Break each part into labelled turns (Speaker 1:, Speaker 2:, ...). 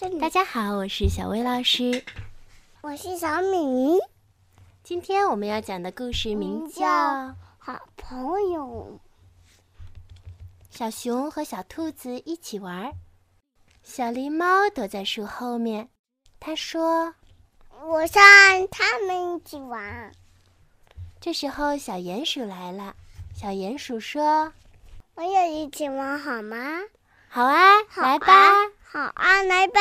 Speaker 1: 嗯
Speaker 2: 大家好，我是小薇老师。
Speaker 1: 我是小米，
Speaker 2: 今天我们要讲的故事名叫《
Speaker 1: 嗯好朋友。
Speaker 2: 小熊和小兔子一起玩》。小狸猫躲在树后面，它说
Speaker 1: 我上他们一起玩，：“
Speaker 2: 这时候小鼹鼠来了。”小鼹鼠说
Speaker 1: 我也一起玩好吗？：“
Speaker 2: 好啊，
Speaker 1: 好啊
Speaker 2: 来吧。
Speaker 1: 好啊，来吧。”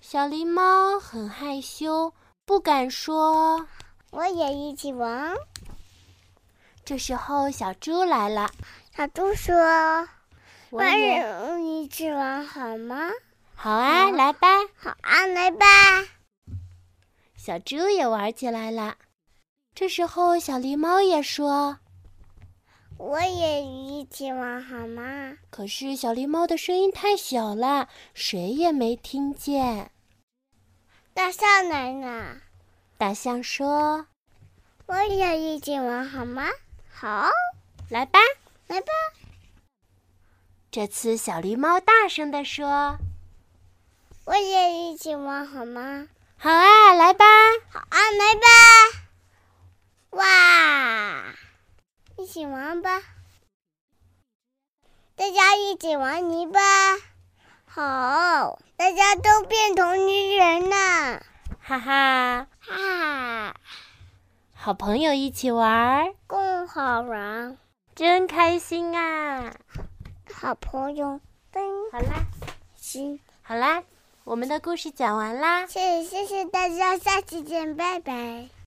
Speaker 2: 小狸猫很害羞，不敢说。
Speaker 1: 我也一起玩。
Speaker 2: 这时候小猪来了，
Speaker 1: 小猪说：“哎
Speaker 2: 我也
Speaker 1: 我一起玩好吗？
Speaker 2: 好啊，来吧。
Speaker 1: 好啊，来吧。
Speaker 2: 小猪也玩起来了。这时候小狸猫也说。
Speaker 1: 我也一起玩好吗？
Speaker 2: 可是小狸猫的声音太小了，谁也没听见。
Speaker 1: 大象来了，
Speaker 2: 大象说
Speaker 1: 我也一起玩好吗？好，：“
Speaker 2: 来吧。
Speaker 1: 来吧。”
Speaker 2: 这次小狸猫大声地说
Speaker 1: 我也一起玩好吗？：“
Speaker 2: 好啊，来吧！”
Speaker 1: 好啊，来吧。哇，一起玩吧，大家一起玩泥巴。好，大家都变同一人了，
Speaker 2: 哈哈，
Speaker 1: 哈哈，
Speaker 2: 好朋友一起玩儿，
Speaker 1: 更好玩。
Speaker 2: 真开心啊！
Speaker 1: 好朋友真
Speaker 2: 好啦，
Speaker 1: 心。
Speaker 2: 好啦，我们的故事讲完啦。
Speaker 1: 谢谢谢谢大家，下期见，拜拜。